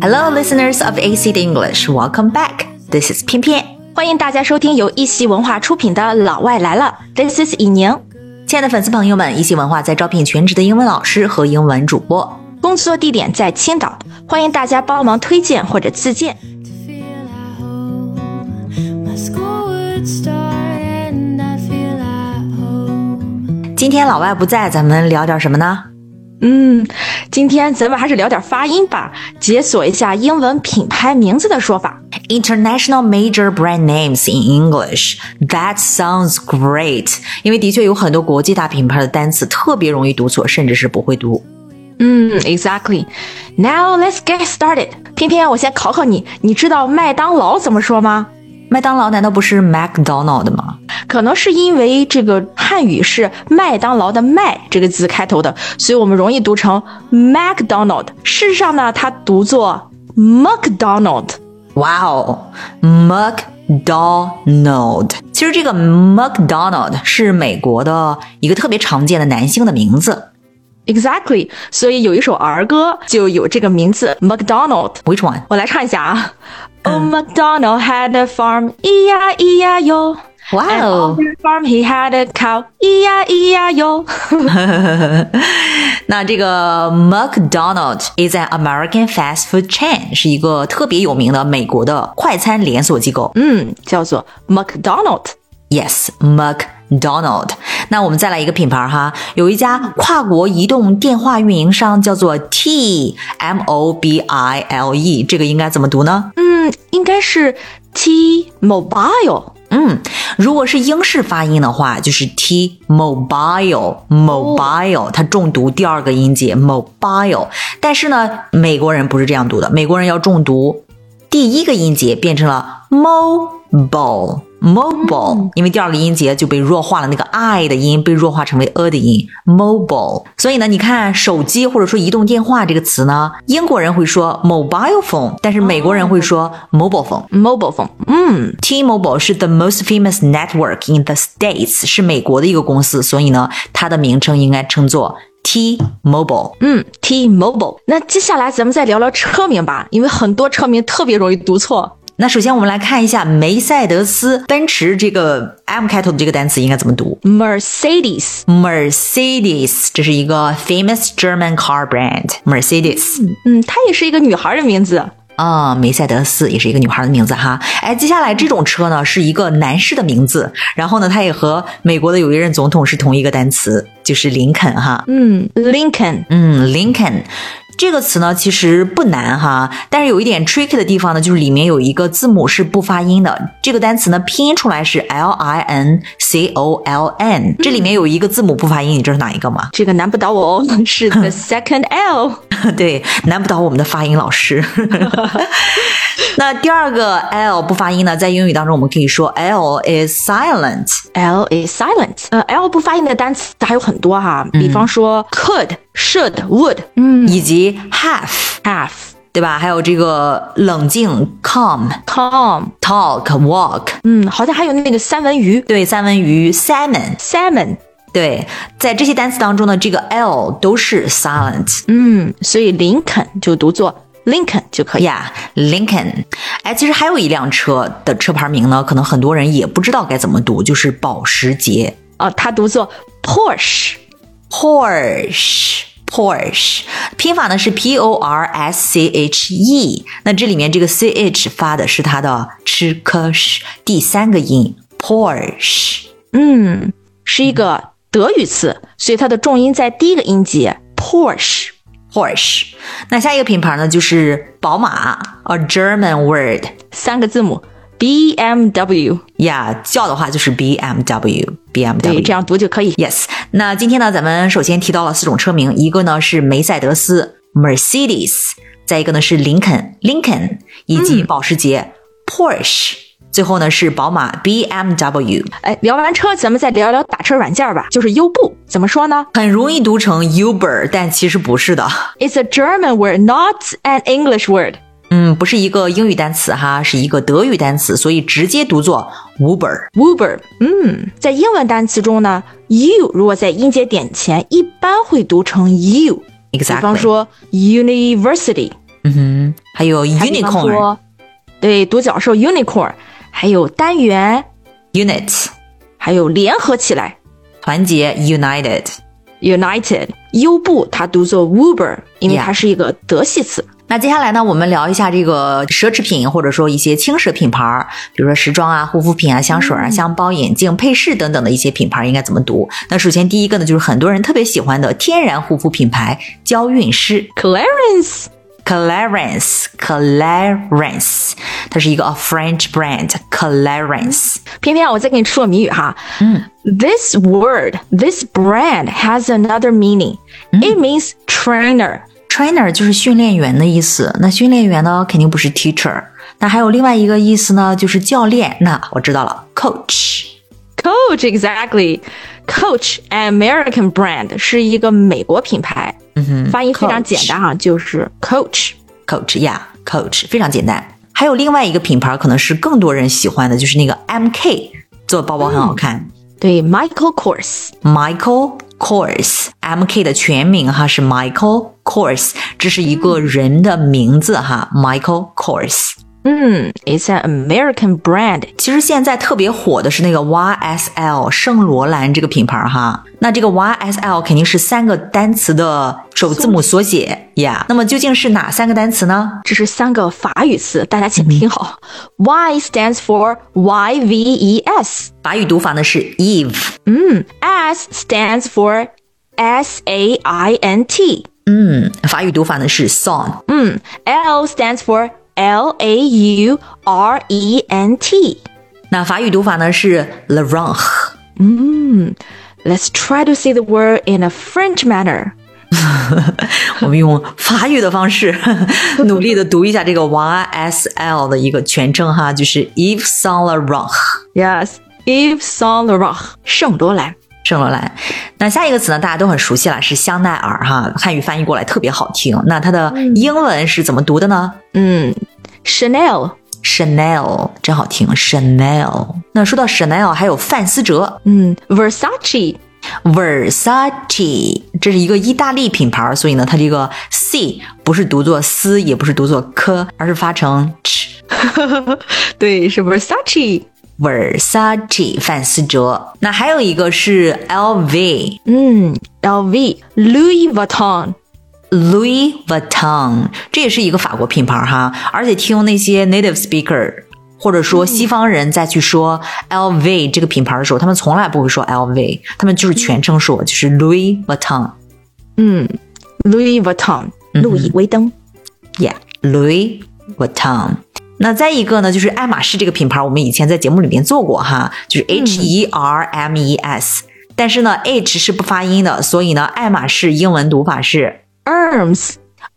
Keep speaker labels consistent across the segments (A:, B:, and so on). A: Hello, listeners of AC English. Welcome back. This is 偏偏。
B: 欢迎大家收听由一席文化出品的《老外来了》，This is 以宁。
A: 亲爱的粉丝朋友们，一席文化在招聘全职的英文老师和英文主播。
B: 工作地点在青岛，欢迎大家帮忙推荐或者自荐。
C: to feel at home. My school would start and I feel at home.
A: 今天老外不在，咱们聊点什么呢？
B: 嗯，今天咱们还是聊点发音吧，解锁一下英文品牌名字的说法。
A: International major brand names in English. That sounds great. 因为的确有很多国际大品牌的单词特别容易读错，甚至是不会读。
B: 嗯，exactly。Now let's get started。偏偏我先考考你，你知道麦当劳怎么说吗？
A: 麦当劳难道不是 McDonald 吗？
B: 可能是因为这个汉语是麦当劳的“麦”这个字开头的，所以我们容易读成 McDonald。事实上呢，它读作 McDonald。
A: 哇哦，McDonald。其实这个 McDonald 是美国的一个特别常见的男性的名字。
B: Exactly，所以有一首儿歌就有这个名字 McDonald。
A: Which one？
B: 我来唱一下啊。Oh, McDonald had a farm, E I E I O.
A: 哇
B: And
A: 哦
B: on！that farm he had a cow, E I E I O.
A: 那这个 McDonald is an American fast food chain，是一个特别有名的美国的快餐连锁机构。
B: 嗯，叫做 McDonald。
A: Yes, McDonald。那我们再来一个品牌哈，有一家跨国移动电话运营商叫做 T M O B I L E，这个应该怎么读呢？
B: 嗯，应该是 T Mobile。
A: 嗯，如果是英式发音的话，就是 T mobile mobile，、它重读第二个音节 mobile。但是呢，美国人不是这样读的，美国人要重读第一个音节，变成了 mobile mobile，、因为第二个音节就被弱化了，那个 i 的音被弱化成为 a 的音 mobile。所以呢，你看手机或者说移动电话这个词呢，英国人会说 mobile phone，但是美国人会说 mobile phone。
B: mobile phone，嗯
A: T-Mobile 是 the most famous network in the states，是美国的一个公司，所以呢，它的名称应该称作 T-Mobile。
B: 嗯，T-Mobile。那接下来咱们再聊聊车名吧，因为很多车名特别容易读错。
A: 那首先我们来看一下梅赛德斯奔驰这个 M 开头的这个单词应该怎么读
B: Mercedes，
A: ？Mercedes，这是一个 famous German car brand。Mercedes
B: 嗯，它也是一个女孩的名字。
A: 啊、梅赛德斯也是一个女孩的名字哈。哎，接下来这种车呢是一个男士的名字，然后呢，它也和美国的有一任总统是同一个单词，就是林肯哈。
B: 嗯，Lincoln。
A: 嗯，Lincoln 这个词呢，其实不难哈，但是有一点 tricky 的地方呢，就是里面有一个字母是不发音的。这个单词呢，拼音出来是 L I N C O L N，这里面有一个字母不发音，你知道是哪一个吗？
B: 这个难不倒我哦， 是 the second L。
A: 对，难不倒我们的发音老师。 那第二个 L 不发音呢，在英语当中我们可以说 L is silent。
B: L is silent。呃，L 不发音的单词还有很多哈，比方说 could、should、would、嗯
A: 以及 have，
B: have、
A: 对吧？还有这个冷静 （calm）、
B: calm。
A: talk、walk，
B: 嗯，好像还有那个三文鱼
A: 对，三文鱼 （salmon）。
B: salmon。
A: 对，在这些单词当中呢，这个 L 都是 silent。
B: 嗯，所以林肯就读作 Lincoln 就可以。
A: 哎呀、yeah,，Lincoln，哎，其实还有一辆车的车牌名呢，可能很多人也不知道该怎么读，就是保时捷
B: 哦，它读作 Porsche。
A: Porsche。Porsche 拼法呢是 P O R S C H E，那这里面这个 C H 发的是它的 ch k sh 第三个音 Porsche。
B: 嗯，是一个德语词，所以它的重音在第一个音节 Porsche。
A: Porsche，那下一个品牌呢就是宝马，a German word，
B: 三个字母 BMW，
A: 呀，叫的话就是 BMW BMW。
B: 对，这样读就可以。
A: Yes，那今天呢，咱们首先提到了四种车名，一个呢是梅赛德斯 Mercedes，再一个呢是林肯 Lincoln，以及
B: 嗯
A: 保时捷、Porsche，最后呢是宝马 BMW，
B: 哎，聊完车，咱们再聊聊打车软件吧，就是优步。怎么说呢
A: 很容易读成 Uber，但其实不是的，
B: ？It's a German word, not an English word。
A: 嗯，不是一个英语单词哈，是一个德语单词，所以直接读作 Uber。
B: Uber，嗯，在英文单词中呢，u 如果在音节点前，一般会读成 u。比
A: Exactly，
B: 方说 university，
A: 嗯哼还有
B: 打比方
A: unicorn
B: 说对，独角兽 unicorn，还有单元，
A: units
B: 还有联合起来
A: 团结 united。
B: united。优步它读作 Uber，因为
A: Yeah
B: 它是一个德系词。
A: 那接下来呢，我们聊一下这个奢侈品，或者说一些轻奢品牌儿，比如说时装啊、护肤品啊、香水啊、箱包、眼镜、配饰等等的一些品牌儿应该怎么读？那首先第一个呢，就是很多人特别喜欢的天然护肤品牌娇韵诗
B: Clarence，
A: （Clarins）。Clarins，它是一个 French brand。Clarins，
B: 偏啊偏我再给你出个谜语哈。
A: 嗯
B: This word, this brand has another meaning.
A: 嗯
B: It means trainer.
A: ，trainer 就是训练员的意思。那训练员呢，肯定不是 teacher。那还有另外一个意思呢，就是教练。那我知道了，coach。
B: Coach exactly. Coach an American brand 是一个美国品牌，
A: 嗯哼，
B: 发音非常
A: Coach
B: 简单啊，就是 Coach。
A: Coach 呀、yeah,，Coach 非常简单。还有另外一个品牌可能是更多人喜欢的，就是那个 MK 做包包很好看、
B: 对，Michael Kors。
A: m i c h a e l Kors。MK 的全名哈是 Michael Kors，这是一个人的名字哈、m i c h a e l Kors。
B: 嗯，It's an American brand。
A: 其实现在特别火的是那个 YSL 圣罗兰这个品牌哈，那这个 YSL 肯定是三个单词的首字母缩写呀。Yeah, 那么究竟是哪三个单词呢？
B: 这是三个法语词，大家请听好。Y stands for Y V E S。
A: 法语读法呢是 Eve。
B: 嗯，S stands for S A I N T。
A: 嗯，法语读法呢是 son。
B: 嗯，L stands for L A U R E N T。
A: 那法语读法呢是 Laurent。
B: Let's try to say the word in a French manner.
A: 我们用法语的方式努力的读一下这个 YSL 的一个全称哈，就是 Yves Saint Laurent。
B: Yes, Yves Saint Laurent，圣罗兰。
A: 圣罗兰，那下一个词呢，大家都很熟悉了，是香奈儿哈，汉语翻译过来特别好听。那它的英文是怎么读的呢、
B: 嗯，Chanel。
A: c h a n e l 真好听，Chanel。那说到 Chanel，还有范思哲
B: 嗯，Versace。
A: Versace，这是一个意大利品牌儿，所以呢，它这个 C 不是读作思，也不是读作科，而是发成 ch。
B: 对，是 Versace。
A: Versace 范思哲，那还有一个是 LV
B: 嗯，LV Louis Vuitton。
A: Louis Vuitton，这也是一个法国品牌儿哈。而且听那些 native speaker 或者说西方人再去说 LV 这个品牌儿的时候，他们从来不会说 LV，他们就是全称说，就是 Louis Vuitton。
B: 嗯，Louis Vuitton，路易威登。
A: Yeah，Louis Vuitton。那再一个呢，就是爱马仕这个品牌，我们以前在节目里面做过哈，就是 H E R M E S，、但是呢，H 是不发音的，所以呢，爱马仕英文读法是
B: Hermes。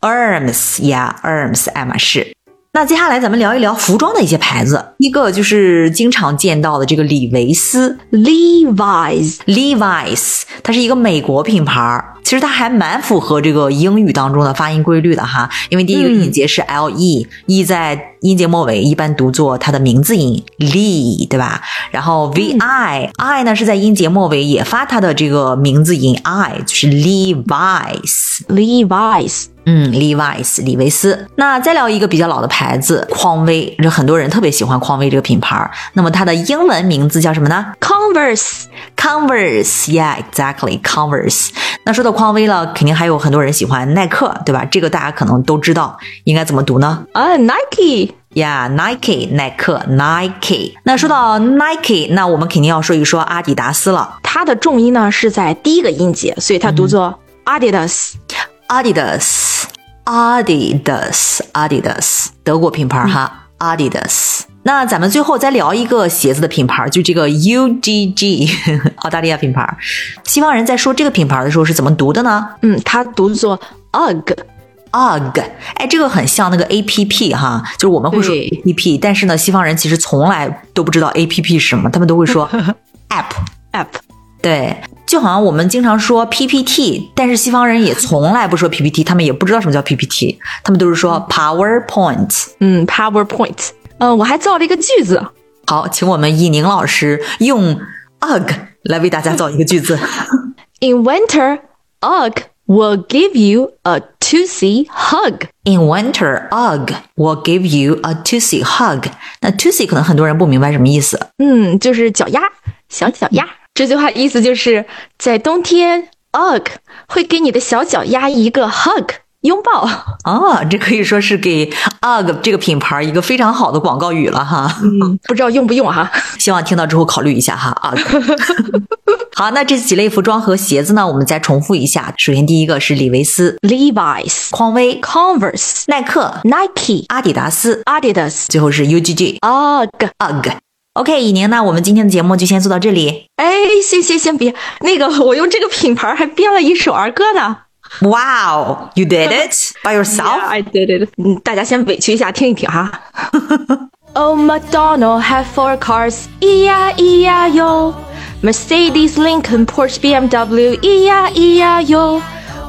A: Hermes 呀、e r m e s 爱马仕。那接下来咱们聊一聊服装的一些牌子，一个就是经常见到的这个李维斯
B: Levi's，
A: Levi's，它是一个美国品牌儿，其实它还蛮符合这个英语当中的发音规律的哈，因为第一个
B: 嗯
A: 音节是 L E，E、在音节末尾一般读作它的名字音 Lee，对吧？然后 V I、I 呢是在音节末尾也发它的这个名字音 I，就是 Levi's。
B: Levi's，
A: 嗯，Levi's 李维斯。那再聊一个比较老的牌子，匡威，这很多人特别喜欢匡威这个品牌儿。那么它的英文名字叫什么呢？
B: Converse，
A: Converse, yeah, exactly, Converse。那说到匡威了，肯定还有很多人喜欢耐克，对吧？这个大家可能都知道，应该怎么读呢？
B: 啊，Nike，
A: 呀、yeah,，Nike 耐克 Nike。那说到 Nike，那我们肯定要说一说阿迪达斯了
B: 它的重音呢是在第一个音节，所以它读作 Adidas。
A: ，Adidas Adidas Adidas，德国品牌哈、Adidas。那咱们最后再聊一个鞋子的品牌，就这个 UGG，澳 大利亚品牌。西方人在说这个品牌的时候是怎么读的呢？
B: 嗯，它读作 UGG。
A: UG，哎，这个很像那个 APP 哈，就是我们会说
B: 对
A: APP，但是呢，西方人其实从来都不知道 APP 是什么，他们都会说 App。
B: app。
A: 对，就好像我们经常说 PPT，但是西方人也从来不说 PPT，他们也不知道什么叫 PPT，他们都是说 PowerPoint。
B: 嗯，PowerPoint。嗯，我还造了一个句子。
A: 好，请我们易宁老师用 UG 来为大家造一个句子。
B: In winter, UGG will give you a toothy hug。
A: In winter, ugh, will give you a toothy hug。那 toothy 可能很多人不明白什么意思。
B: 嗯，就是脚丫，小脚丫。这句话意思就是在冬天，ugh 会给你的小脚丫一个 hug 拥抱。
A: 啊，这可以说是给 UGG 这个品牌一个非常好的广告语了哈。
B: 嗯，不知道用不用哈、
A: 希望听到之后考虑一下哈，UGG。好， 那这几类服装和鞋子呢，我们再重复一下。首先，第一个是李维斯、
B: Levi's、
A: 匡威、
B: Converse、
A: 耐克、
B: Nike、
A: 阿迪达斯，
B: Adidas、
A: 最后是 UGG、
B: UGG。
A: UGG。OK，以宁呢，我们今天的节目就先做到这里。
B: 哎，谢谢，先别那个，我用这个品牌还编了一首儿歌呢。
A: Wow, you did it by yourself.
B: Yeah, I did it. 嗯，大家先委屈一下，听一听哈。Oh, McDonald had four cars. E-ya, E-ya, yo. Mercedes, Lincoln, Porsche, BMW. E-ya, E-ya, yo.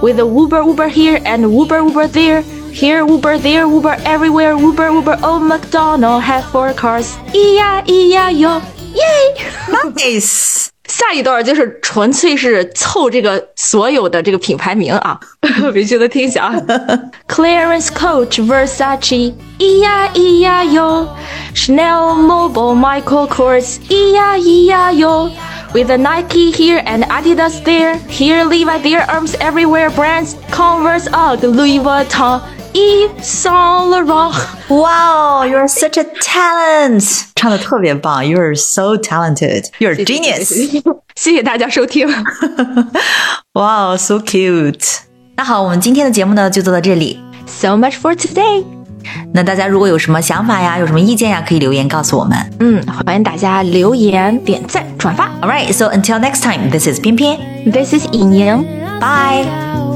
B: With a Uber, Uber here and Uber, Uber there. Here, Uber, there, Uber, everywhere, Uber, Uber. Oh, McDonald had four cars. E-ya, E-ya, yo. Yay!
A: Nice.
B: 下一段就是纯粹是凑这个所有的这个品牌名啊， 委屈的听一下 啊。Clarence Coach Versace，咿呀咿呀哟；Chanel Mobile Michael Kors，咿呀咿呀哟。With a Nike here and Adidas there, here Levi there, arms everywhere, brands Converse, UGG, Louis Vuitton, Yves Saint Laurent.
A: Wow, you're such a talent. 唱的特别棒，You're so talented. You're a genius.
B: 谢谢大家收听。
A: Wow, so cute. 那好，我们今天的节目呢就做到这里。
B: So much for today.
A: 那大家如果有什么想法呀，有什么意见呀，可以留言告诉我们。
B: 嗯，欢迎大家留言、点赞、转发。
A: All right, so until next time, this is 偏偏
B: This is 尹宁。
A: ，Bye.
C: out.